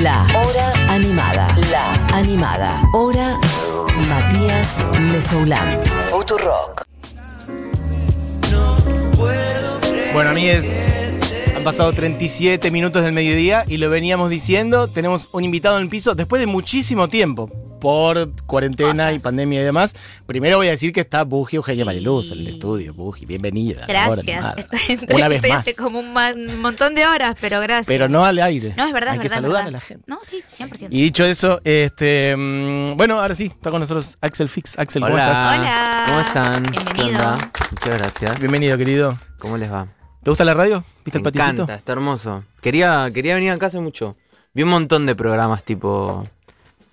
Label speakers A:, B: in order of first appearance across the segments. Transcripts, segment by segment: A: La Hora Animada. La Animada. Hora Matías Mesoulán. Futurock.
B: Bueno, a mí es. Han pasado 37 minutos del mediodía y lo veníamos diciendo. Tenemos un invitado en el piso después de muchísimo tiempo. Por cuarentena y
C: Cosas.
B: pandemia y demás. Primero voy a decir que está Buji Eugenia Mariluz en el estudio. Buji, bienvenida. a la hora
C: Gracias.
B: animada.
C: Estoy,
B: Ah, Una vez
C: estoy
B: más.
C: hace como un, ma- un montón de horas, pero gracias.
B: Pero no al aire.
C: No, es verdad,
B: Hay
C: es
B: que
C: verdad, es
B: saludar
C: verdad.
B: a la gente.
C: No, sí, 100%.
B: Y dicho eso, este mm, bueno, ahora sí, está con nosotros Axel Fix. Axel, ¿cómo estás?
C: Hola.
D: ¿Cómo están?
C: Bienvenido.
D: ¿Qué onda? Muchas gracias.
B: Bienvenido, querido.
D: ¿Cómo les va?
B: ¿Te gusta la radio? ¿Viste el
D: Me
B: paticito?
D: encanta, está hermoso. Quería, quería venir acá hace mucho. Vi un montón de programas, tipo.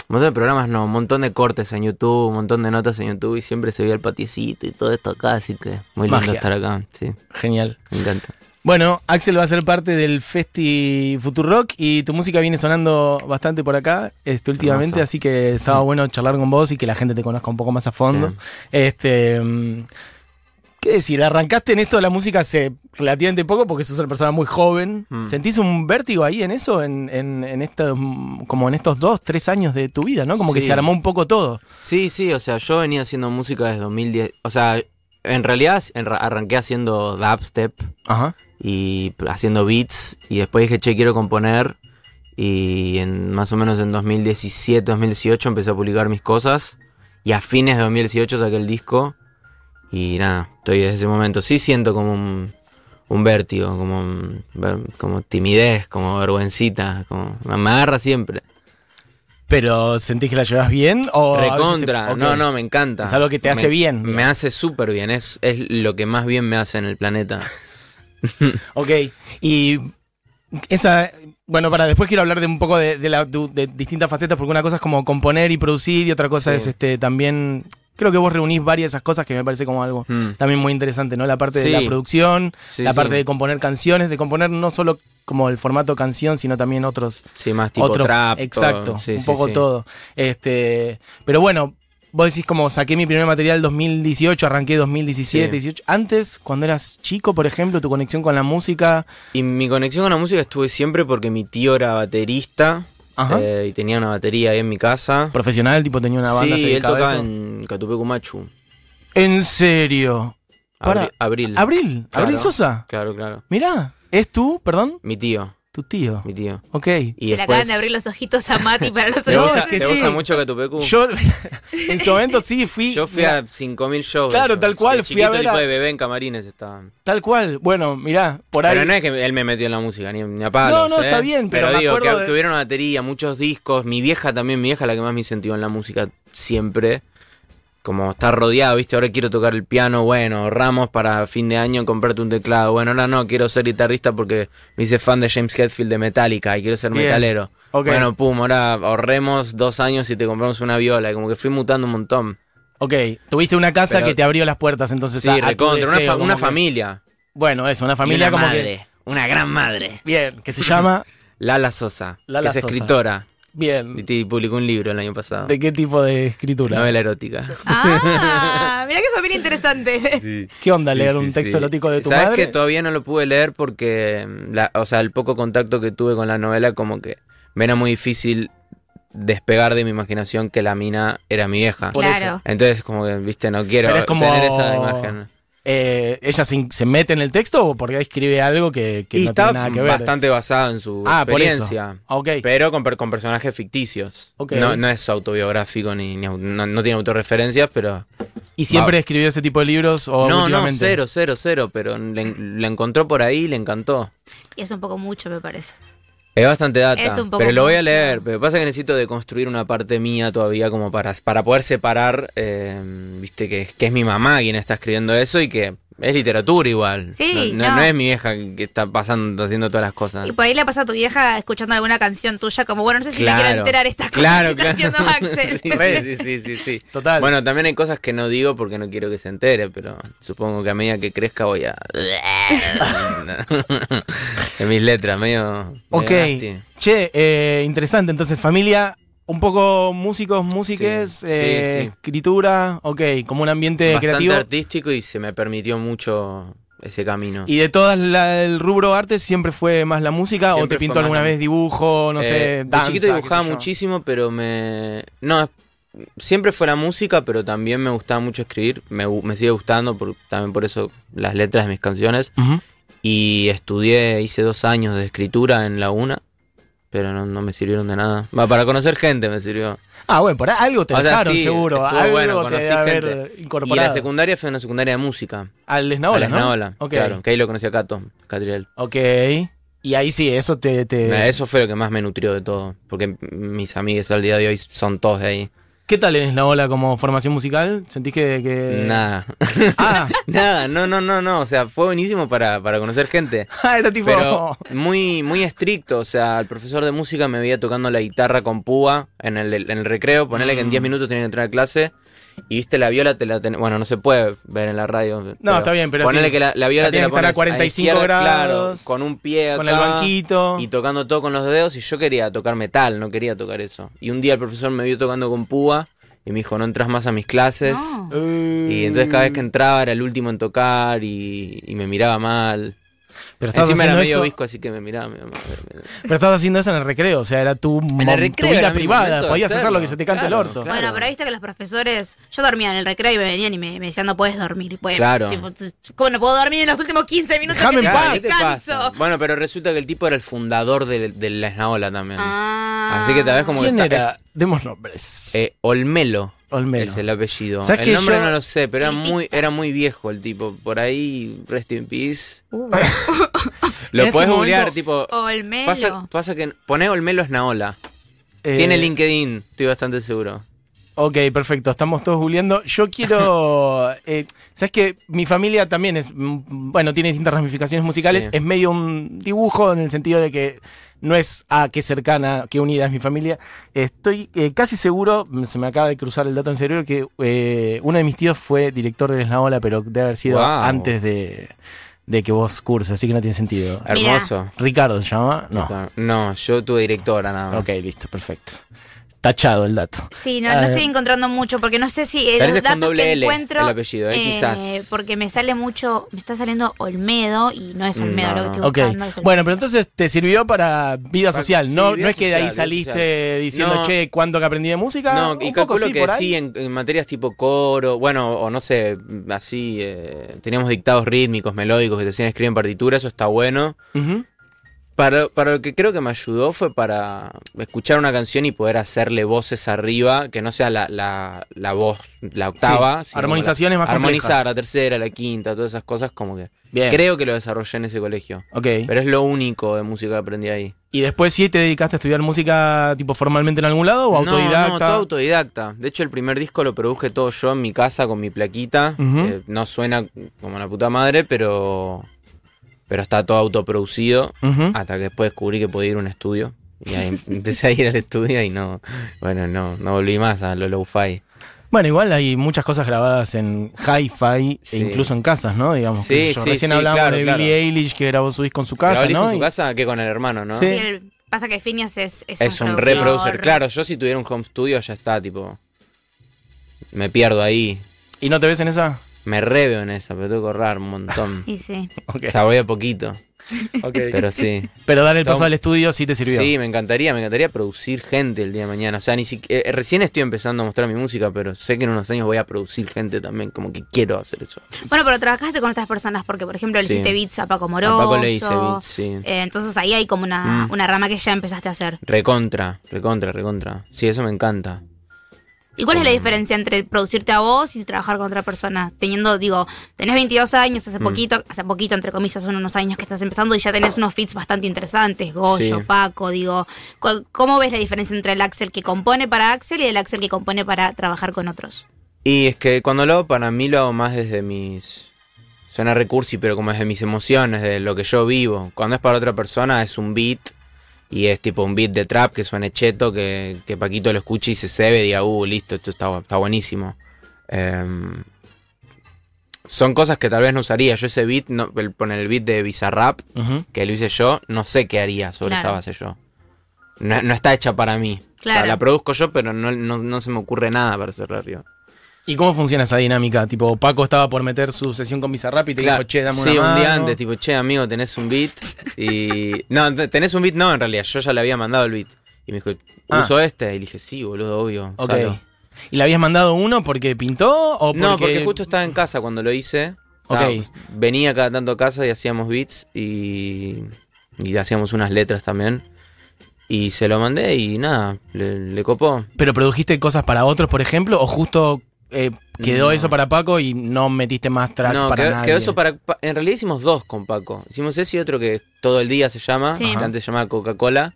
D: Un montón de programas, no, un montón de cortes en YouTube, un montón de notas en YouTube y siempre se veía el patiecito y todo esto acá, así que muy lindo
B: Magia.
D: estar acá. Sí,
B: Genial.
D: me encanta.
B: Bueno, Axel va a ser parte del Festi Futurock y tu música viene sonando bastante por acá este, últimamente,
D: Hermoso.
B: así que estaba bueno charlar con vos y que la gente te conozca un poco más a fondo.
D: Sí.
B: Este, mm, ¿Qué decir? Arrancaste en esto de la música hace relativamente poco porque sos una persona muy joven.
D: Mm.
B: ¿Sentís un vértigo ahí en eso? En, en, en estos, mm, como en estos dos, tres años de tu vida, ¿no? Como que
D: Sí.
B: se armó un poco todo.
D: Sí, sí, o sea, yo venía haciendo música desde 2010. O sea, en realidad en ra- arranqué haciendo dubstep
B: Ajá.
D: y haciendo beats y después dije, che, quiero componer y en, más o menos en 2017, 2018 empecé a publicar mis cosas y a fines de 2018 saqué el disco y nada, estoy desde ese momento. Sí siento como un, un vértigo, como, un ver- como timidez, como vergüencita, como me agarra siempre.
B: ¿Pero sentís que la llevas bien? O Oh, a veces te-
D: Recontra,
B: ok.
D: no, no, me encanta.
B: Es algo que te hace
D: Me-
B: bien,
D: Me
B: digamos.
D: hace súper bien, es, es lo que más bien me hace en el planeta.
B: Ok, y esa... Bueno, para después quiero hablar de un poco de, de la- de- de distintas facetas, porque una cosa es como componer y producir y otra cosa
D: Sí.
B: es este también... Creo que vos reunís varias de esas cosas que me parece como algo
D: Mm,
B: también muy interesante, ¿no? La parte de
D: Sí.
B: la producción,
D: sí,
B: la parte
D: sí.
B: de componer canciones, de componer no solo como el formato canción, sino también otros...
D: Sí, más tipo
B: otros
D: trap. todo.
B: exacto,
D: Sí,
B: un
D: sí,
B: poco
D: sí.
B: todo. Este, pero bueno, vos decís como saqué mi primer material 2018, arranqué 2017,
D: Sí.
B: 18. Antes, cuando eras chico, por ejemplo, tu conexión con la música...
D: Y mi conexión con la música estuve siempre porque mi tío era baterista
B: Ajá.
D: eh, y tenía una batería ahí en mi casa.
B: profesional, tipo tenía una banda, se
D: sí, él
B: dedicaba a
D: tocaba
B: eso.
D: en Catupecumachu.
B: ¿En serio? Para.
D: Abri- Abril.
B: ¿Abril?
D: Claro.
B: ¿Abril Sosa?
D: Claro, claro.
B: Mirá, es tú, perdón,
D: Mi tío,
B: tu tío.
D: mi tío.
B: Ok.
D: Y
C: Se le
D: después-
C: acaban de abrir los ojitos a Mati para los
D: ¿Te
B: No,
C: ojitos.
B: es
D: gusta,
B: que
D: te
B: sí.
D: gusta mucho Catupecu?
B: Yo en su momento sí fui.
D: Yo fui a 5.000 shows.
B: Claro, tal cual,
D: De
B: fui a
D: chiquito,
B: ver
D: tipo
B: a-
D: de bebé en camarines estaba.
B: Tal cual. Bueno, mirá, por ahí.
D: Pero no es que él me metió en la música, ni, ni a palos,
B: No, no,
D: ¿eh?
B: está bien, pero me
D: digo, que,
B: acuerdo de-
D: que hubiera una batería, muchos discos. Mi vieja también, mi vieja es la que más me incentivó en la música siempre. Como estar rodeado, ¿viste? Ahora quiero tocar el piano, bueno, ahorramos para fin de año comprarte un teclado. Bueno, ahora no, quiero ser guitarrista porque me hice fan de James Hetfield de Metallica y quiero ser
B: Bien,
D: metalero.
B: ok.
D: Bueno, pum, ahora ahorremos dos años y te compramos una viola. Y Como que fui mutando un montón.
B: Ok, tuviste una casa
D: Pero-
B: que te abrió las puertas entonces
D: Sí,
B: a- a tu
D: recontra, una,
B: deseo,
D: fa-
B: como
D: una
B: que-
D: familia.
B: Bueno, eso, una
D: y
B: familia
D: una
B: como
D: madre, Una gran madre.
B: que. Bien, que se llama.
D: Lala Sosa,
B: Lala
D: que es
B: Sosa.
D: escritora. Y
B: Bien.
D: te- publicó un libro el año pasado.
B: ¿De qué tipo de escritura?
D: novela erótica.
C: Ah, mirá qué familia interesante.
B: ¿Qué onda leer
D: Sí, sí,
B: un texto
D: sí.
B: erótico de tu
D: ¿Sabes
B: madre?
D: que todavía no lo pude leer porque, mm, la- o sea, el poco contacto que tuve con la novela, como que me era muy difícil despegar de mi imaginación que la mina era mi vieja.
B: Por eso.
C: Claro.
D: Entonces, como que, viste, no quiero
B: Pero es como-
D: tener esa imagen.
B: Eh, ¿Ella se, in- se mete en el texto o porque escribe algo que, que
D: y
B: no
D: está
B: tiene nada que ver?
D: bastante basado en su
B: Ah, por eso.
D: experiencia.
B: Ok.
D: Pero con, per- con personajes ficticios.
B: Ok.
D: No, no es autobiográfico ni, ni au- no, no tiene autorreferencias, pero
B: ¿Y siempre escribió ese tipo de libros o
D: no, no,
B: últimamente?
D: cero, cero, cero, pero le, en- la encontró por ahí y le encantó.
C: Y es un poco mucho, me parece.
D: Es bastante data,
C: Es un poco
D: pero lo voy a
C: mucho.
D: leer. Pero pasa que necesito deconstruir una parte mía todavía como para, para poder separar, eh, viste, que, que es mi mamá quien está escribiendo eso y que es literatura igual.
C: Sí,
D: no, no-
C: no.
D: no es mi vieja que está pasando, haciendo todas las
B: Ah.
D: cosas.
C: Y por ahí le pasa a tu vieja escuchando alguna canción tuya, como bueno, no sé si me quiero
D: Claro.
C: enterar estas cosas
D: Claro,
C: que está
D: claro.
C: haciendo Axel.
D: Sí, sí, sí, sí, sí.
B: Total.
D: Bueno, también hay cosas que no digo porque no quiero que se entere, pero supongo que a medida que crezca voy a... en mis letras, medio... medio
B: ok.
D: nasty.
B: Che, eh, interesante. Entonces, familia, un poco músicos, músiques,
D: Sí,
B: eh,
D: sí, sí.
B: escritura, ok, como un ambiente
D: Bastante
B: creativo.
D: artístico y se me permitió mucho ese camino.
B: ¿Y de todo el rubro arte siempre fue más la música o
D: Siempre
B: te
D: fue
B: pintó
D: más
B: alguna
D: la-
B: vez dibujo, no
D: Eh,
B: sé, danza?
D: De chiquito dibujaba
B: qué sé yo?
D: muchísimo, pero me. No, es- siempre fue la música, pero también me gustaba mucho escribir. Me, gu- me sigue gustando, por- también por eso las letras de mis canciones.
B: Ujú.
D: Y estudié, hice dos años de escritura en la UNA, pero no, no me sirvieron de nada. Va, para conocer gente me sirvió.
B: Ah, bueno, por ahí algo te
D: O sea,
B: dejaron
D: sí,
B: seguro,
D: estuvo
B: algo
D: bueno,
B: te
D: conocí
B: debe haber
D: gente. Y
B: incorporado.
D: la secundaria fue una secundaria de música.
B: Al Esnaola,
D: a
B: ¿no?
D: la Esnaola,
B: Ok.
D: claro. Que ahí lo conocí a Cato, Catriel.
B: Ok. Y ahí sí, eso te... te-
D: Nah, Eso fue lo que más me nutrió de todo, porque m- mis amigues al día de hoy son todos de ahí.
B: ¿Qué tal en Esnaola como formación musical? ¿Sentís que...? que-
D: Nada.
B: Ah,
D: Nada, no, no, no, no. O sea, fue buenísimo para, para conocer gente.
B: era tipo...
D: Pero muy, muy estricto. O sea, el profesor de música me veía tocando la guitarra con púa en el, en el recreo. Ponele que en
B: Mm.
D: 10 minutos tenía que entrar a clase. Y viste, la viola te la ten- Bueno, no se puede ver en la radio. No,
B: está bien, pero
D: Ponele
B: sí.
D: que la, la
B: La
D: viola te
B: tiene
D: la
B: que estar a
D: pones
B: 45
D: izquierda,
B: grados,
D: Claro, con un pie
B: con el
D: acá,
B: banquito.
D: Y tocando todo con los dedos. Y yo quería tocar metal, no quería tocar eso. Y un día el profesor me vio tocando con púa. Y me dijo, no entras más a mis clases.
C: No.
B: Y
D: Y entonces
B: Mm.
D: cada vez que entraba era el último en tocar y, y me miraba mal.
B: Pero estabas
D: Encima era
B: haciendo
D: medio
B: eso...
D: visco, así que me miraba. mi mamá.
B: Pero estabas haciendo eso en el recreo, o sea, era tu, mom- tu
D: recreo
B: vida
D: era mi
B: privada,
D: momento de
B: podías hacer lo
D: hacerlo,
B: que se te cante el
D: claro,
B: orto.
D: claro.
C: Bueno, pero viste que los profesores. Yo dormía en el recreo y me venían y me, me decían, no puedes dormir. Y Bueno,
D: Claro.
C: tipo, ¿Cómo no puedo dormir en los últimos 15 minutos?
B: Déjame
C: que
B: en
C: tengo
B: paz.
D: ¿qué te
C: descanso?
D: pasa? Bueno, pero resulta que el tipo era el fundador de, de la Esnaola también.
C: Ah.
D: Así que tal vez como
B: ¿Quién
D: que está-
B: era? Demos nombres.
D: eh, Olmelo.
B: Olmelo.
D: Es el apellido.
B: ¿Sabes que
D: el nombre
B: yo-
D: no lo sé, pero era
C: Elitista.
D: muy, era muy viejo el tipo. Por ahí, rest in peace.
C: Uh,
D: Lo
B: En este
D: podés
B: momento-
D: googlear, tipo.
C: Olmelo.
D: Pasa, pasa que. Poné Olmelo Esnaola.
B: Eh,
D: Tiene LinkedIn, estoy bastante seguro.
B: Ok, perfecto, estamos todos googleando. Yo quiero. eh, ¿Sabes que Mi familia también es. mm, Bueno, tiene distintas ramificaciones musicales.
D: Sí.
B: Es medio un dibujo en el sentido de que no es a qué cercana, qué unida es mi familia. Estoy eh, casi seguro, mm, se me acaba de cruzar el dato en serio, que eh, uno de mis tíos fue director de La Ola, pero debe haber sido
D: Guau.
B: antes de, de que vos curses, así que no tiene sentido.
C: Mirá.
D: Hermoso.
B: ¿Ricardo se llama? No.
D: No, yo tuve directora nada más.
B: Ok, listo, perfecto. Tachado el dato.
C: Sí, no,
B: Ah,
C: no
B: eh.
C: estoy encontrando mucho porque no sé si eh,
D: Parece
C: los datos
D: con doble
C: que
D: L
C: encuentro.
D: el apellido, eh, quizás.
C: Porque me sale mucho, me está saliendo Olmedo y no es Olmedo
D: Mm,
C: lo
D: No.
C: que estoy
B: Ah, Ok.
C: buscando. Ah, es Olmedo.
B: Bueno, pero entonces te sirvió para vida
D: Para-
B: social.
D: sí,
B: No,
D: vida
B: no es que de ahí
D: social, vida
B: saliste diciendo,
D: No.
B: che, ¿cuándo que aprendí de música?
D: No,
B: Un
D: y
B: poco
D: calculo
B: sí,
D: que
B: por ahí.
D: sí, eh. en, en materias tipo coro, bueno, o no sé, así, eh, teníamos dictados rítmicos, melódicos, que te hacían escribir en partitura, eso está bueno.
B: Ujú.
D: Para, para lo que creo que me ayudó fue para escuchar una canción y poder hacerle voces arriba, que no sea la, la, la voz, la octava.
B: Sí,
D: sino
B: armonizaciones
D: como la-
B: más complejas.
D: Armonizar, la tercera, la quinta, todas esas cosas como que...
B: Bien.
D: Creo que lo desarrollé en ese colegio,
B: Ok.
D: pero es lo único de música que aprendí ahí.
B: ¿Y después sí te dedicaste a estudiar música tipo formalmente en algún lado o
D: No, No,
B: autodidacta?
D: todo autodidacta. De hecho, el primer disco lo produje todo yo en mi casa con mi plaquita.
B: Ujú.
D: Eh, no suena como la puta madre, pero, pero está todo autoproducido.
B: Ujú.
D: Hasta que después descubrí que podía ir a un estudio. Y ahí empecé a ir al estudio y no, bueno, no, no volví más a lo lo-fi.
B: Bueno, igual hay muchas cosas grabadas en hi-fi
D: Sí.
B: e incluso en casas, ¿no? Digamos.
D: Sí,
B: qué sé yo.
D: sí,
B: Recién
D: sí,
B: hablamos
D: claro,
B: de
D: claro.
B: Billie Eilish que grabó su disco en su casa,
D: ¿Lo
B: ¿no?
D: en tu
B: Y-
D: casa? ¿Qué con el hermano, no?
B: Sí.
C: Sí, el- pasa que Phineas es, es,
D: Es un
C: productor.
D: reproducer. Claro, yo si tuviera un home studio ya está, tipo. Me pierdo ahí.
B: ¿Y no te ves en esa?
D: Me reveo en esa, pero tengo que ahorrar un montón.
C: Y sí.
B: Ok.
D: O sea, voy a poquito,
B: ok.
D: pero sí.
B: Pero dar el
D: Tom-
B: paso al estudio sí te sirvió.
D: Sí, me encantaría, me encantaría producir gente el día de mañana. O sea, ni siquiera, eh, recién estoy empezando a mostrar mi música, pero sé que en unos años voy a producir gente también, como que quiero hacer eso.
C: Bueno, pero trabajaste con otras personas porque, por ejemplo, le
D: Sí.
C: hiciste beats a Paco
D: A
C: Moroso.
D: Paco le hice beats, sí.
C: Eh, entonces ahí hay como una,
D: Mm.
C: una rama que ya empezaste a hacer.
D: Recontra, recontra, recontra. Sí, eso me encanta.
C: ¿Y cuál es la
D: Mm.
C: diferencia entre producirte a vos y trabajar con otra persona? Teniendo, digo, tenés 22 años, hace
D: Mm.
C: poquito, hace poquito, entre comillas, son unos años que estás empezando y ya tenés unos fits bastante interesantes, Goyo,
D: Sí.
C: Paco, digo. cu- ¿Cómo ves la diferencia entre el Axel que compone para Axel y el Axel que compone para trabajar con otros?
D: Y es que cuando lo hago para mí lo hago más desde mis... Suena recursi, pero como desde mis emociones, de lo que yo vivo. Cuando es para otra persona es un beat y es tipo un beat de trap que suene cheto, que, que Paquito lo escuche y se cebe y diga, uh, listo, esto está, bu- está buenísimo. Em, son cosas que tal vez no usaría. Yo ese beat, no, el, con el beat de Bizarrap,
B: Ujú.
D: que lo hice yo, no sé qué haría sobre
C: Claro.
D: esa base yo. No, no está hecha para mí. O sea,
C: Claro.
D: la produzco yo, pero no, no- no se me ocurre nada para hacerla arriba.
B: ¿Y cómo funciona esa dinámica? Tipo, Paco estaba por meter su sesión con Bizarrap y te
D: Claro,
B: dijo, che, dame una
D: sí, un día
B: mano".
D: antes, tipo, che, amigo, tenés un beat. Y. No, te- tenés un beat, no, en realidad. Yo ya le había mandado el beat. Y me dijo,
B: Ah.
D: ¿uso este? Y le dije, sí, boludo, obvio.
B: Ok.
D: usalo".
B: ¿Y le habías mandado uno porque pintó o porque...?
D: No, porque justo estaba en casa cuando lo hice. Estaba-
B: Ok.
D: venía cada tanto a casa y hacíamos beats y, y hacíamos unas letras también. Y se lo mandé y nada, le, le copó.
B: ¿Pero produjiste cosas para otros, por ejemplo? ¿O justo eh, quedó
D: No.
B: eso para Paco y no metiste más tracks
D: No,
B: para
D: quedó,
B: nadie?
D: quedó eso para... pa- En realidad hicimos dos con Paco. Hicimos ese y otro que todo el día se llama,
C: Sí.
D: que antes se llamaba Coca-Cola,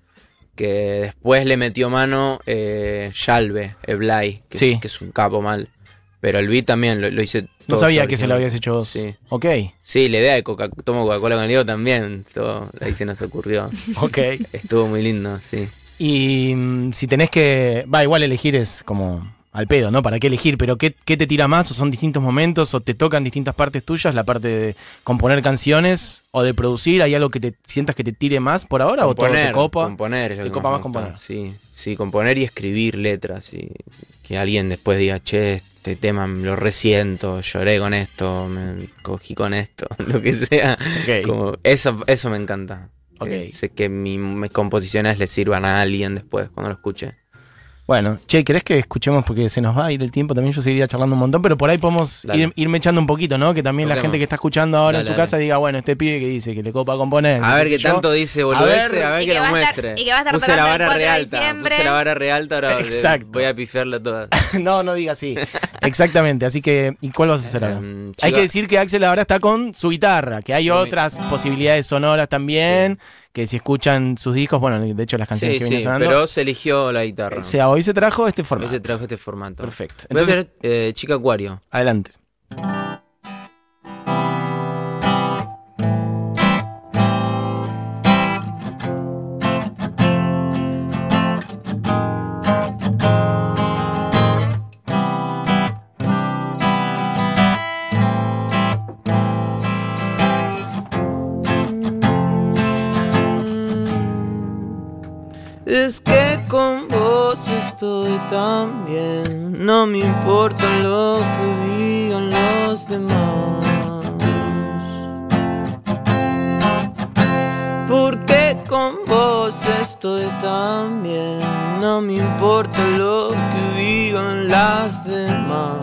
D: que después le metió mano eh, Yalbe, Eblay, que,
B: Sí.
D: es, que es un capo mal. Pero el beat también lo, lo hice
B: No
D: todo
B: sabía
D: yo
B: que se lo
D: original.
B: habías hecho vos.
D: Sí.
B: Ok,
D: Sí, la idea de Coca tomo Coca-Cola con el Diego también. todo- ahí se nos ocurrió.
B: ok.
D: Estuvo muy lindo, sí.
B: y mm, si tenés que... Va, igual elegir es como al pedo, ¿no? ¿Para qué elegir? ¿Pero qué, qué te tira más? ¿O son distintos momentos? ¿O te tocan distintas partes tuyas? ¿La parte de componer canciones o de producir? ¿Hay algo que te sientas que te tire más por ahora? ¿O todo te copa?
D: Componer es lo
B: ¿Te
D: que
B: copa
D: me
B: más componer?
D: gusta, Sí, sí, componer y escribir letras. Y que alguien después diga, che, este tema me lo resiento, lloré con esto, me cogí con esto, lo que sea.
B: Ok.
D: Como, eso, eso me encanta.
B: Ok.
D: Eh, sé que mi- mis composiciones le sirvan a alguien después cuando lo escuche.
B: Bueno, che, ¿querés que escuchemos? Porque se nos va a ir el tiempo. También yo seguiría charlando un montón, pero por ahí podemos
D: Dale.
B: ir, irme echando un poquito, ¿no? Que también la
D: Toquemos.
B: gente que está escuchando ahora en
D: Dale,
B: su
D: dale.
B: casa diga, bueno, este pibe que dice que le copa componer.
D: A ver qué
B: sé Em, yo.
D: tanto dice, boludo.
B: ver.
D: A ver, a ver
C: Y
D: que
C: que
D: lo
C: va a estar-
D: muestre.
C: y que va a estar
D: puse la
C: tocando el
D: vara
C: 4 de
D: realta. Puse
C: diciembre.
D: la vara realta, ahora le-
B: Exacto.
D: voy a pifiarla toda.
B: no, no diga así. Exactamente. Así que, ¿y cuál vas a hacer ahora?
D: Em,
B: hay
D: chica-
B: que decir que Axel ahora está con su guitarra, que hay
D: Sí, mi-
B: otras posibilidades sonoras también, que si escuchan sus discos, bueno, de hecho las canciones
D: Sí,
B: que vienen
D: sí,
B: sonando.
D: pero se eligió la guitarra.
B: o sea, hoy se trajo este
D: Hoy
B: formato.
D: se trajo este formato.
B: Perfecto.
D: Voy a
B: Entonces,
D: ver, eh, Chica Acuario.
B: adelante.
D: Es que con vos estoy tan bien, no me importa lo que digan los demás. Porque con vos estoy tan bien, no me importa lo que digan las demás.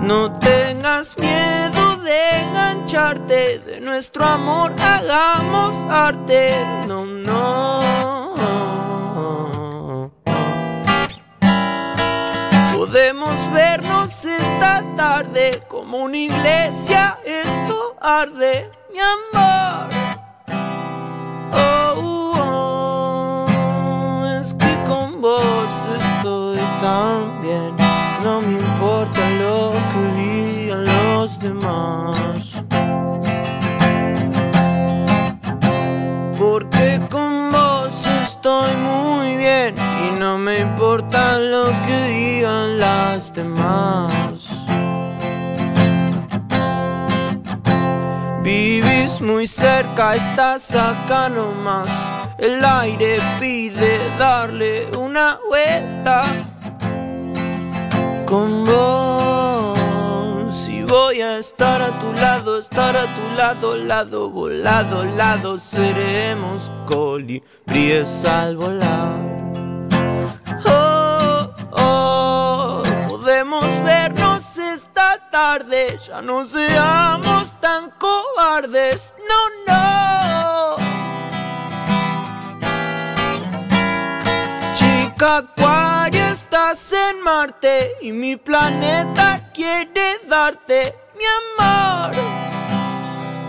D: No tengas miedo de engancharte, de nuestro amor hagamos arte. No, no. Podemos vernos esta tarde como una iglesia, esto arde, mi amor. Oh, oh, es que con vos estoy tan bien. No me importa lo que digan los demás. Porque con vos estoy muy bien y no me importa lo que digan las demás. Vivís muy cerca, estás acá nomás. El aire pide darle una vuelta. Con vos, y voy a estar a tu lado, estar a tu lado, lado, volado, lado. Seremos colibríes al volar. Oh, oh, podemos vernos esta tarde, ya no seamos tan cobardes, no, no. Chica Acuario, estás en Marte y mi planeta quiere darte mi amor.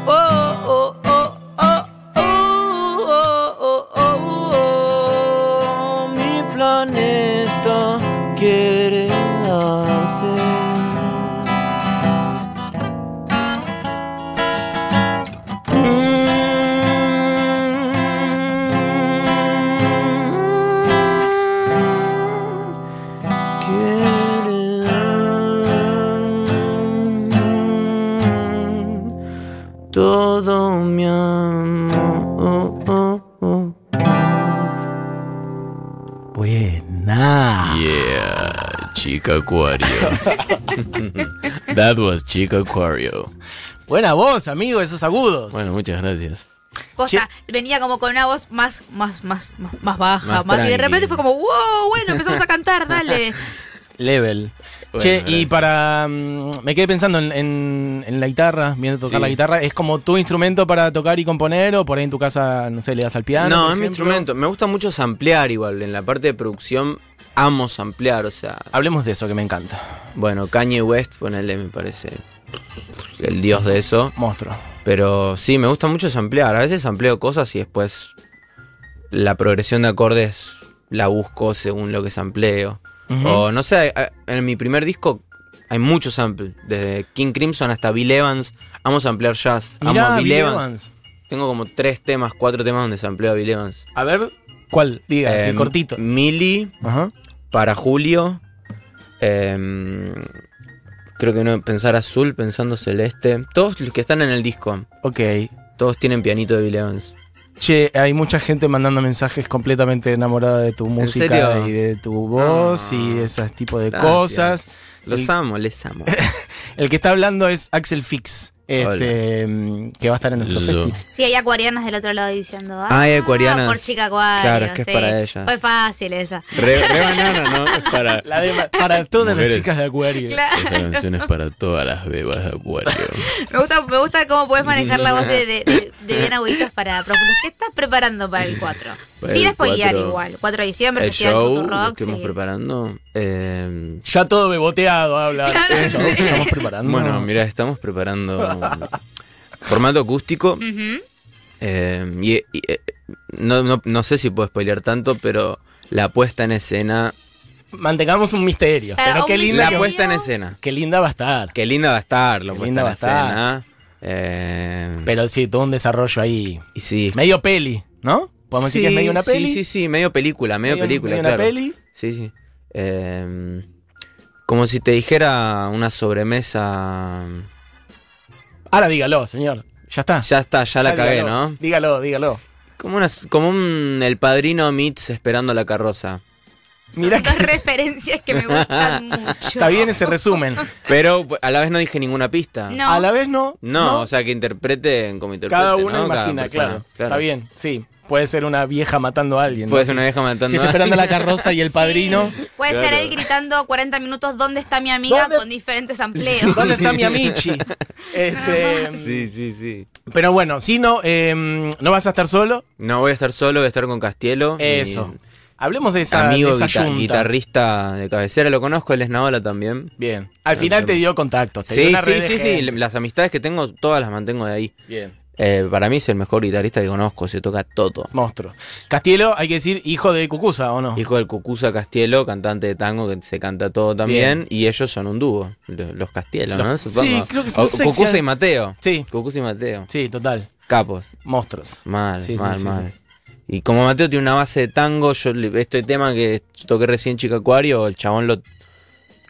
D: Oh, oh, oh, oh, oh, oh, oh, oh, oh, mi planeta quiere darte.
E: Mm.
D: Mm. Quiere darme todo mi amor.
B: Buena.
D: Chica Acuario. That was Chica Acuario.
B: Buena voz, amigo, esos agudos.
D: Bueno, muchas gracias.
C: Posta, venía como con una voz más, más, más, más, más baja.
D: Más
C: más- y de
D: tranqui.
C: repente fue como, wow, bueno, empezamos a cantar, dale.
B: Level.
D: Bueno,
B: che, y
D: gracias.
B: para. mm, me quedé pensando en, en- en la guitarra, viendo tocar
D: Sí.
B: la guitarra. ¿Es como tu instrumento para tocar y componer? ¿O por ahí en tu casa, no sé, le das al piano? por
D: no, es mi
B: ejemplo?
D: instrumento. Me gusta mucho samplear igual. En la parte de producción amo samplear. O sea,
B: Hablemos de eso que me encanta.
D: bueno, Kanye West, ponele, me parece el dios de eso.
B: Monstruo.
D: Pero sí, me gusta mucho samplear. A veces sampleo cosas y después la progresión de acordes la busco según lo que sampleo.
B: Ujú.
D: O no sé, a- en mi primer disco hay muchos samples. Desde King Crimson hasta Bill Evans. Amo samplear jazz. Amo
B: Mirá,
D: a Bill,
B: Bill
D: Evans.
B: Evans.
D: Tengo como tres temas, cuatro temas donde sampleo a Bill Evans.
B: A ver, ¿cuál? Diga, así,
D: Em,
B: cortito.
D: Millie,
B: Ajá.
D: para Julio. em, creo que no, pensar azul, pensando celeste. Todos los que están en el disco,
B: Ok.
D: todos tienen pianito de Bill Evans.
B: Che, hay mucha gente mandando mensajes completamente enamorada de tu música
D: serio?
B: y de tu voz
D: Ah,
B: y de ese tipo de
D: gracias.
B: cosas.
D: Los
B: El-
D: amo, les amo.
B: El que está hablando es Axel Fix, este, mm, que va a estar en nuestro
D: Yo.
B: festival.
C: Sí, hay acuarianas del otro lado diciendo, ah,
D: Ah, hay acuarianas.
C: por chica acuario.
D: Claro, es que es
C: sí.
D: para ellas.
C: Fue fácil esa.
D: Re, re banana, ¿no? Es para.
B: La de- para todas las
D: Mujeres.
B: chicas de Acuario.
D: Esta canción es para todas las bebas de acuario.
C: Me gusta, me gusta cómo puedes manejar la voz de, de, de, de Bien Agüitas para profundos. ¿Qué estás preparando para el 4?
D: Para
C: Sin
D: el
C: spoilear
D: 4.
C: igual. 4 de diciembre,
D: El
C: Festival
D: show que
C: Futurock.
D: estuvimos
C: sí.
D: preparando. eh,
B: Ya todo beboteado habla.
C: Claro,
B: Eso,
C: sí.
B: Estamos preparando.
D: Bueno, mira, estamos preparando formato acústico.
C: Ujú.
D: eh, y, y, eh, no, no- no sé si puedo spoilear tanto, pero la puesta en escena.
B: Mantengamos un misterio.
C: Claro,
B: pero qué
C: un
B: linda,
D: La
C: ¿Misterio?
B: que-
D: puesta en escena.
B: qué linda va a estar.
D: Qué linda va a estar la
B: Qué
D: puesta
B: linda
D: en
B: va a estar.
D: escena. eh,
B: Pero sí, todo un desarrollo ahí.
D: y sí.
B: Medio peli, ¿no? Podemos decir que es
D: Sí,
B: medio una
D: sí,
B: peli.
D: Sí, sí, medio película, medio, película,
B: medio
D: claro.
B: una peli.
D: Sí, sí. Eh, como si te dijera una sobremesa.
B: Ahora dígalo, señor. Ya está.
D: Ya está, ya, la
B: Ya
D: cagué,
B: dígalo.
D: ¿no?
B: Dígalo, dígalo.
D: Como, una, como un El Padrino Mitz esperando la carroza.
C: Son
B: Mirá
C: dos
B: que-
C: referencias que me gustan mucho.
B: Está bien ese resumen.
D: Pero a la vez no dije ninguna pista.
C: No.
B: A la vez no.
D: No, o sea, que interpreten como interpreten.
B: Cada uno
D: ¿no? Cada
B: imagina,
D: persona,
B: claro. Está bien, sí. Puede ser una vieja matando a alguien.
D: Puede
B: ¿no?
D: ser una
B: Si-
D: vieja matando.
B: Si es
D: a-
B: esperando la carroza y el padrino.
C: Sí. Puede ser
D: Claro.
C: él gritando 40 minutos ¿Dónde está mi amiga?
B: ¿Dónde-
C: con diferentes amplios.
B: ¿Dónde está mi amichi? Este,
D: Sí, sí, sí.
B: Pero bueno, si no, eh, no vas a estar solo.
D: No voy a estar solo, voy a estar con Castielo. mi
B: Eso. Hablemos de esa,
D: Amigo
B: de esa
D: guita-
B: yunta.
D: guitarrista de cabecera, lo conozco, él es Naola también.
B: Bien. Al final te dio contactos. Te dio
D: Sí,
B: una
D: sí,
B: red de
D: sí, sí.
B: gente.
D: Las amistades que tengo, todas las mantengo de ahí.
B: Bien.
D: Eh, para mí es el mejor guitarrista que conozco, se toca todo.
B: Monstruo. Castielo, hay que decir, hijo de Cucusa, ¿o no?
D: Hijo del Cucusa Castielo, cantante de tango que se canta todo también. Y ellos son un dúo, lo- los Castielo, ¿no?
B: Los-
D: Supongo.
B: sí, creo que
D: O-
B: son sexy-
D: Cucusa y Mateo.
B: Sí,
D: Cucusa y Mateo.
B: sí, total.
D: Capos.
B: Monstruos.
D: Mal,
B: Sí, sí,
D: mal,
B: sí,
D: mal. Y como Mateo tiene una base de tango, yo le- este tema que toqué recién Chica Acuario, el chabón lo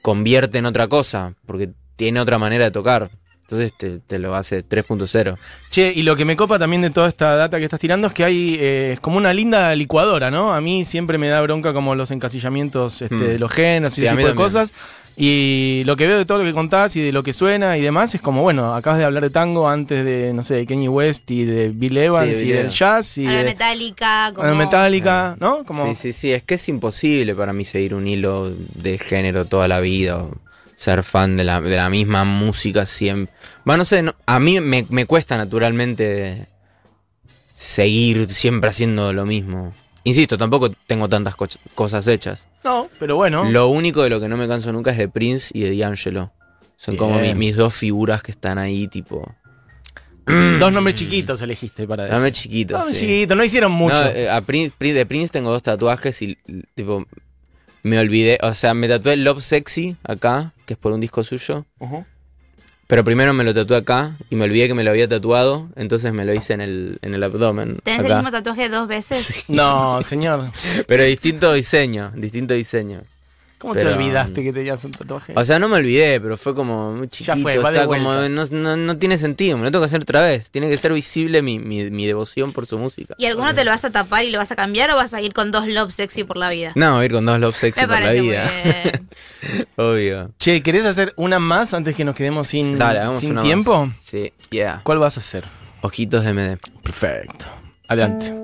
D: convierte en otra cosa, porque tiene otra manera de tocar. Entonces te, te lo hace 3.0.
B: Che, y lo que me copa también de toda esta data que estás tirando es que hay eh, es como una linda licuadora, ¿no? A mí siempre me da bronca como los encasillamientos este,
D: Mm.
B: de los genes y
D: Sí,
B: ese
D: a mí
B: tipo de
D: también.
B: cosas. Y lo que veo de todo lo que contás y de lo que suena y demás es como, bueno, acabas de hablar de tango antes de, no sé, de Kenny West y de Bill Evans
D: Sí,
B: y
D: Bill
B: del
D: Evans.
B: jazz y
C: A la
B: de
C: metálica.
B: a la Metallica, ¿no? Como,
D: Sí, sí, sí, es que es imposible para mí seguir un hilo de género toda la vida, o ser fan de la, de la misma música siempre. Va, no sé, no- a mí me, me cuesta naturalmente seguir siempre haciendo lo mismo. Insisto, tampoco tengo tantas co- cosas hechas.
B: No, pero bueno.
D: Lo único de lo que no me canso nunca es de Prince y de D'Angelo. Son como mi-
B: Bien.
D: mis dos figuras que están ahí, tipo.
B: Dos nombres chiquitos elegiste para eso.
D: Dame chiquito.
B: Nombres
D: sí.
B: chiquitos, no hicieron mucho.
D: No, eh, a Prince, Prince- de Prince tengo dos tatuajes y l- tipo me olvidé, o sea, me tatué Love Sexy acá, que es por un disco suyo,
B: Ujú.
D: pero primero me lo tatué acá y me olvidé que me lo había tatuado, entonces me lo hice en el, en el abdomen.
C: ¿Tenés el
D: acá.
C: mismo tatuaje dos veces?
B: No, señor.
D: Pero distinto diseño, distinto diseño.
B: ¿Cómo te
E: Pero,
B: olvidaste que tenías un tatuaje?
E: O sea, no me olvidé, pero fue como muy chiquito.
B: Eh. fue, va de
E: está como-
B: vuelta.
E: no, no- no tiene sentido, me lo tengo que hacer otra vez. Tiene que ser visible mi, mi- mi devoción por su música.
C: ¿Y alguno te lo vas a tapar y lo vas a cambiar o vas a ir con dos love sexy por la vida?
E: No, ir con dos love sexy
C: Me
E: por la
C: parece muy
E: vida.
C: bien.
E: Obvio.
B: Che, ¿querés hacer una más antes que nos quedemos sin,
E: Dale, hagamos
B: sin
E: una más.
B: tiempo?
E: Sí, yeah.
B: ¿Cuál vas a hacer?
E: Ojitos de MD.
B: Perfecto. Adelante.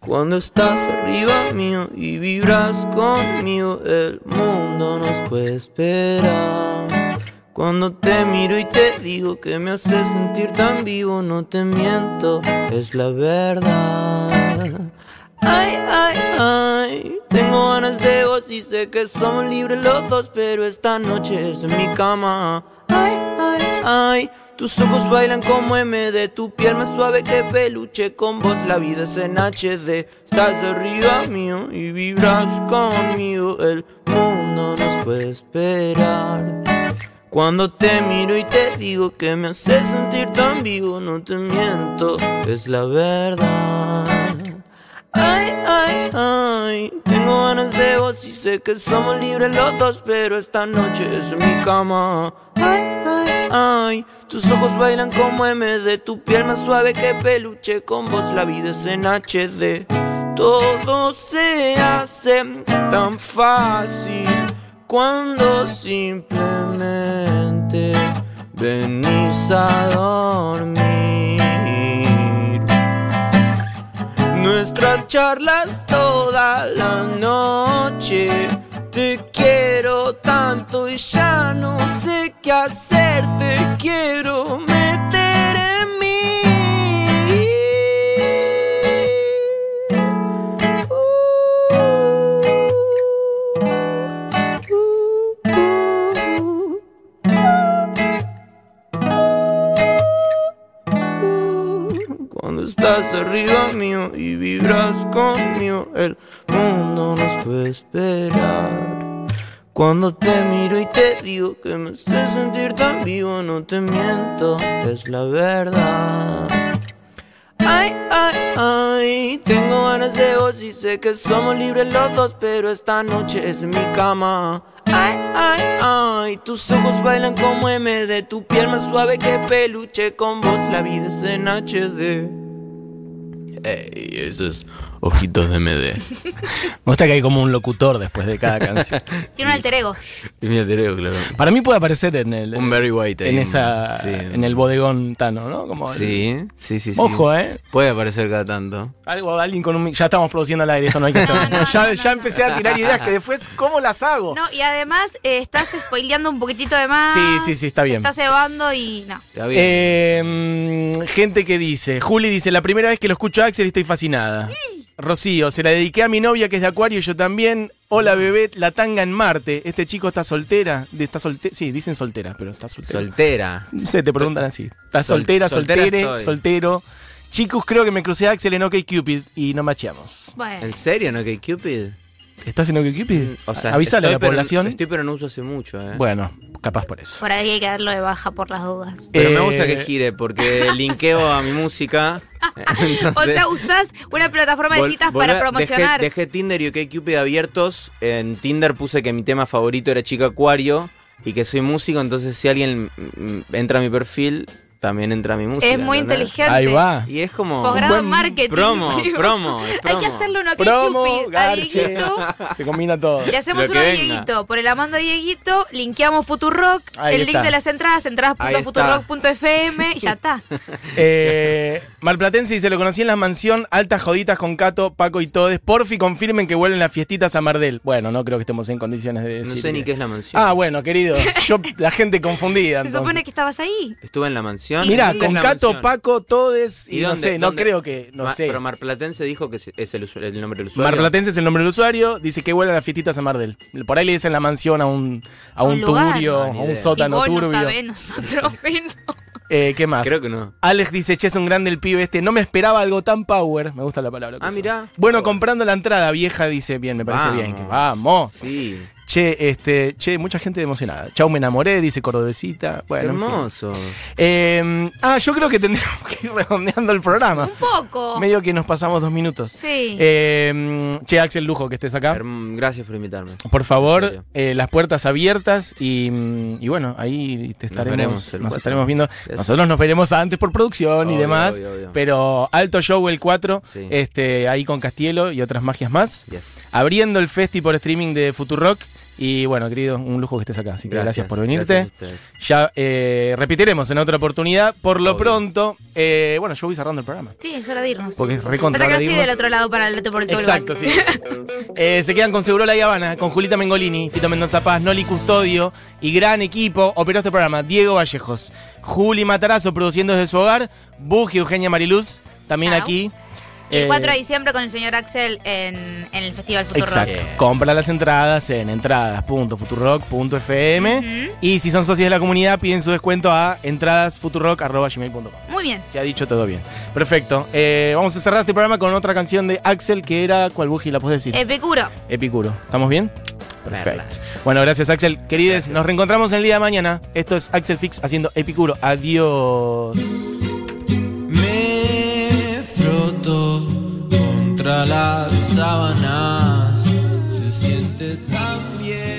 E: Cuando estás arriba mío y vibras conmigo, el mundo nos puede esperar. Cuando te miro y te digo que me hace sentir tan vivo, no te miento, es la verdad. Ay, ay, ay, tengo ganas de vos y sé que somos libres los dos, pero esta noche es en mi cama. Ay, ay, ay, tus ojos bailan como MD, tu piel más suave que peluche, con vos la vida es en HD. Estás arriba mío y vibras conmigo, el mundo nos puede esperar. Cuando te miro y te digo que me hace sentir tan vivo, no te miento, es la verdad. Ay, ay, ay, tengo ganas de vos y sé que somos libres los dos, pero esta noche es en mi cama. Ay, ay, ay, tus ojos bailan como MD, tu piel más suave que peluche, con vos la vida es en HD. Todo se hace tan fácil cuando simplemente venís a dormir. Nuestras charlas toda la noche. Te quiero tanto y ya no sé qué hacer. Te quiero meter en mí. Uh, uh, Cuando estás arriba mío y vibras conmigo, el mundo nos puede esperar. Cuando te miro y te digo que me hace sentir tan vivo, no te miento, es la verdad. Ay, ay, ay, tengo ganas de vos y sé que somos libres los dos, pero esta noche es en mi cama. Ay, ay, ay, tus ojos bailan como MD, tu piel más suave que peluche, con vos la vida es en HD. Ey, esos ojitos de MD.
B: Me gusta que hay como un locutor después de cada canción.
C: Tiene un alter ego.
E: Y mi alter ego, claro.
B: Para mí puede aparecer en el,
E: Un Barry White ahí.
B: en, esa,
E: Sí.
B: en el bodegón Tano, ¿no? Como el-
E: Sí, sí, sí, sí.
B: Ojo, ¿eh?
E: Puede aparecer cada tanto.
B: Algo, alguien con un... mic- Ya estamos produciendo al aire, esto no hay que hacer.
C: No, no,
B: ya
C: no,
B: ya
C: no.
B: empecé a tirar ideas que después, ¿cómo las hago?
C: No, y además eh, estás spoileando un poquitito de más.
B: Sí, sí, sí, está bien.
C: Estás cebando y no.
E: Está bien.
B: Eh, mm, gente que dice, Juli dice, la primera vez que lo escucho a Axel estoy fascinada. Rocío, se la dediqué a mi novia que es de Acuario y yo también. Hola bebé, la tanga en Marte. Este chico está soltera. De- Está solte sí, dicen soltera, pero está soltera.
E: Soltera.
B: No sé, te preguntan así. Está
E: Sol-
B: soltera,
E: soltera
B: soltere,
E: estoy.
B: soltero. Chicos, creo que me crucé a Axel en OkCupid y no macheamos.
C: Bueno.
E: ¿En serio, no que Cupid?
B: ¿Estás en OkCupid?
E: Mm, O sea,
B: Avísale a la
E: estoy, pero-
B: población.
E: Estoy, pero no uso hace mucho, ¿eh?
B: Bueno, capaz por eso.
C: Por ahí hay que darlo de baja por las dudas.
B: Eh,
E: Pero me gusta que gire porque linkeo a mi música.
C: o
E: Entonces,
C: sea, usás una plataforma de
E: vol-
C: citas
E: volvé-
C: para promocionar.
E: Dejé, dejé Tinder y OkCupid abiertos. En Tinder puse que mi tema favorito era Chica Acuario y que soy músico. Entonces, si alguien mm, entra a mi perfil, también entra a mi música.
C: es muy
E: ¿entendés?
C: inteligente.
B: Ahí va.
E: Y es como.
C: Posgrado en
B: Buen
C: marketing.
E: Promo,
C: digo.
E: promo, es
C: Hay
E: promo.
C: que hacerle uno que
B: Promo,
C: Cupid, a
B: garche.
C: Dieguito.
B: Se combina todo.
C: Le hacemos
E: Lo
C: uno
E: que
C: a
E: venga.
C: Dieguito. Por el amando a Dieguito, linkeamos Futurock,
B: Ahí
C: el
B: está.
C: link de las entradas, entradas.futurock.fm, y ya está.
B: Eh, Malplatense dice, lo conocí en la mansión, altas joditas con Cato, Paco y Todes. Porfi, confirmen que vuelven las fiestitas a Mardel. Bueno, no creo que estemos en condiciones de
E: No
B: decir.
E: sé ni qué es la mansión.
B: Ah, bueno, querido. Yo, la gente confundida.
C: Se
B: entonces.
C: supone que estabas ahí.
E: Estuve en la mansión.
B: Mirá,
E: ¿Dónde es
B: con
E: la
B: Cato,
E: mansión?
B: Paco, Todes y,
E: ¿Y
B: no
E: dónde-
B: sé, no
E: dónde?
B: creo que, no
E: Ma-
B: sé.
E: Pero Marplatense dijo que es es el, usu- el nombre del usuario.
B: Marplatense es el nombre del usuario, dice que vuelven las fiestitas a Mardel. Por ahí le dicen la mansión a un, a
C: A
B: un,
C: un lugar.
B: tugurio,
E: No, ni
B: a un
E: idea.
C: Si
B: sótano
C: vos no
B: turbio.
C: sabés, nosotros menos.
B: Eh, ¿Qué más?
E: Creo que no.
B: Alex dice, che, es un grande el pibe este. No me esperaba algo tan power. Me gusta la palabra. que
E: Ah,
B: usó.
E: mirá.
B: Bueno,
E: Power.
B: comprando la entrada vieja, dice, bien, me parece
E: Vamos.
B: bien. que vamos.
E: Sí.
B: Che, este, che, mucha gente emocionada. Chau, me enamoré, dice Cordobesita.
D: Qué
B: Bueno, en fin.
D: hermoso.
B: Eh, ah, yo creo que tendríamos que ir redondeando el programa.
C: Un poco.
B: Medio que nos pasamos dos minutos.
C: Oh. Sí.
B: Eh, che, Axel Lujo, que estés acá.
D: Herm- Gracias por invitarme.
B: Por
D: En
B: favor,
D: serio.
B: eh, las puertas abiertas y, mm, y bueno, ahí te
D: Nos
B: estaremos,
D: veremos
B: nos,
D: el 4.
B: estaremos viendo.
D: Es-
B: Nosotros nos veremos antes por producción y
D: Obvio,
B: demás.
D: obvio, obvio.
B: Pero alto show el 4,
D: Sí.
B: este, ahí con Castielo y otras magias más.
D: Yes.
B: Abriendo el festi por streaming de Futurock. Y bueno, querido, un lujo que estés acá. Así que gracias, por venirte.
D: gracias a ustedes.
B: Ya eh, repetiremos en otra oportunidad. Por lo
D: Obvio.
B: pronto, eh, bueno, yo voy cerrando el programa.
C: Sí, es hora de irnos.
B: Porque es recontra.
C: Pasa que no estoy
B: ahora
C: del
B: digo-
C: otro lado para el por el otro
B: Exacto,
C: lugar.
B: sí. Eh, se quedan con Seguro La Habana, con Julita Mengolini, Fito Mendoza Paz, Noli Custodio y gran equipo. Operó este programa Diego Vallejos, Juli Matarazo produciendo desde su hogar, Buji Eugenia Mariluz, también
C: Chao.
B: aquí.
C: El
B: Eh,
C: 4 de diciembre con el señor Axel en, en el Festival Futuro
B: Exacto.
C: Rock.
B: Compra las entradas en entradas.futurock.fm y si son socios de la comunidad piden su descuento a entradasfuturock.gmail.com.
C: Muy bien.
B: Se ha dicho todo bien. Perfecto. Eh, vamos a cerrar este programa con otra canción de Axel que era. ¿Cuál Buji la puedes decir?
C: Eh, Epicuro.
B: Epicuro. ¿Estamos bien? Perfecto.
D: Perlas.
B: Bueno, gracias Axel. Querides, nos reencontramos el día de mañana. Esto es Axel Fix haciendo Epicuro. Adiós.
F: Me froto contra las sábanas, se siente tan bien.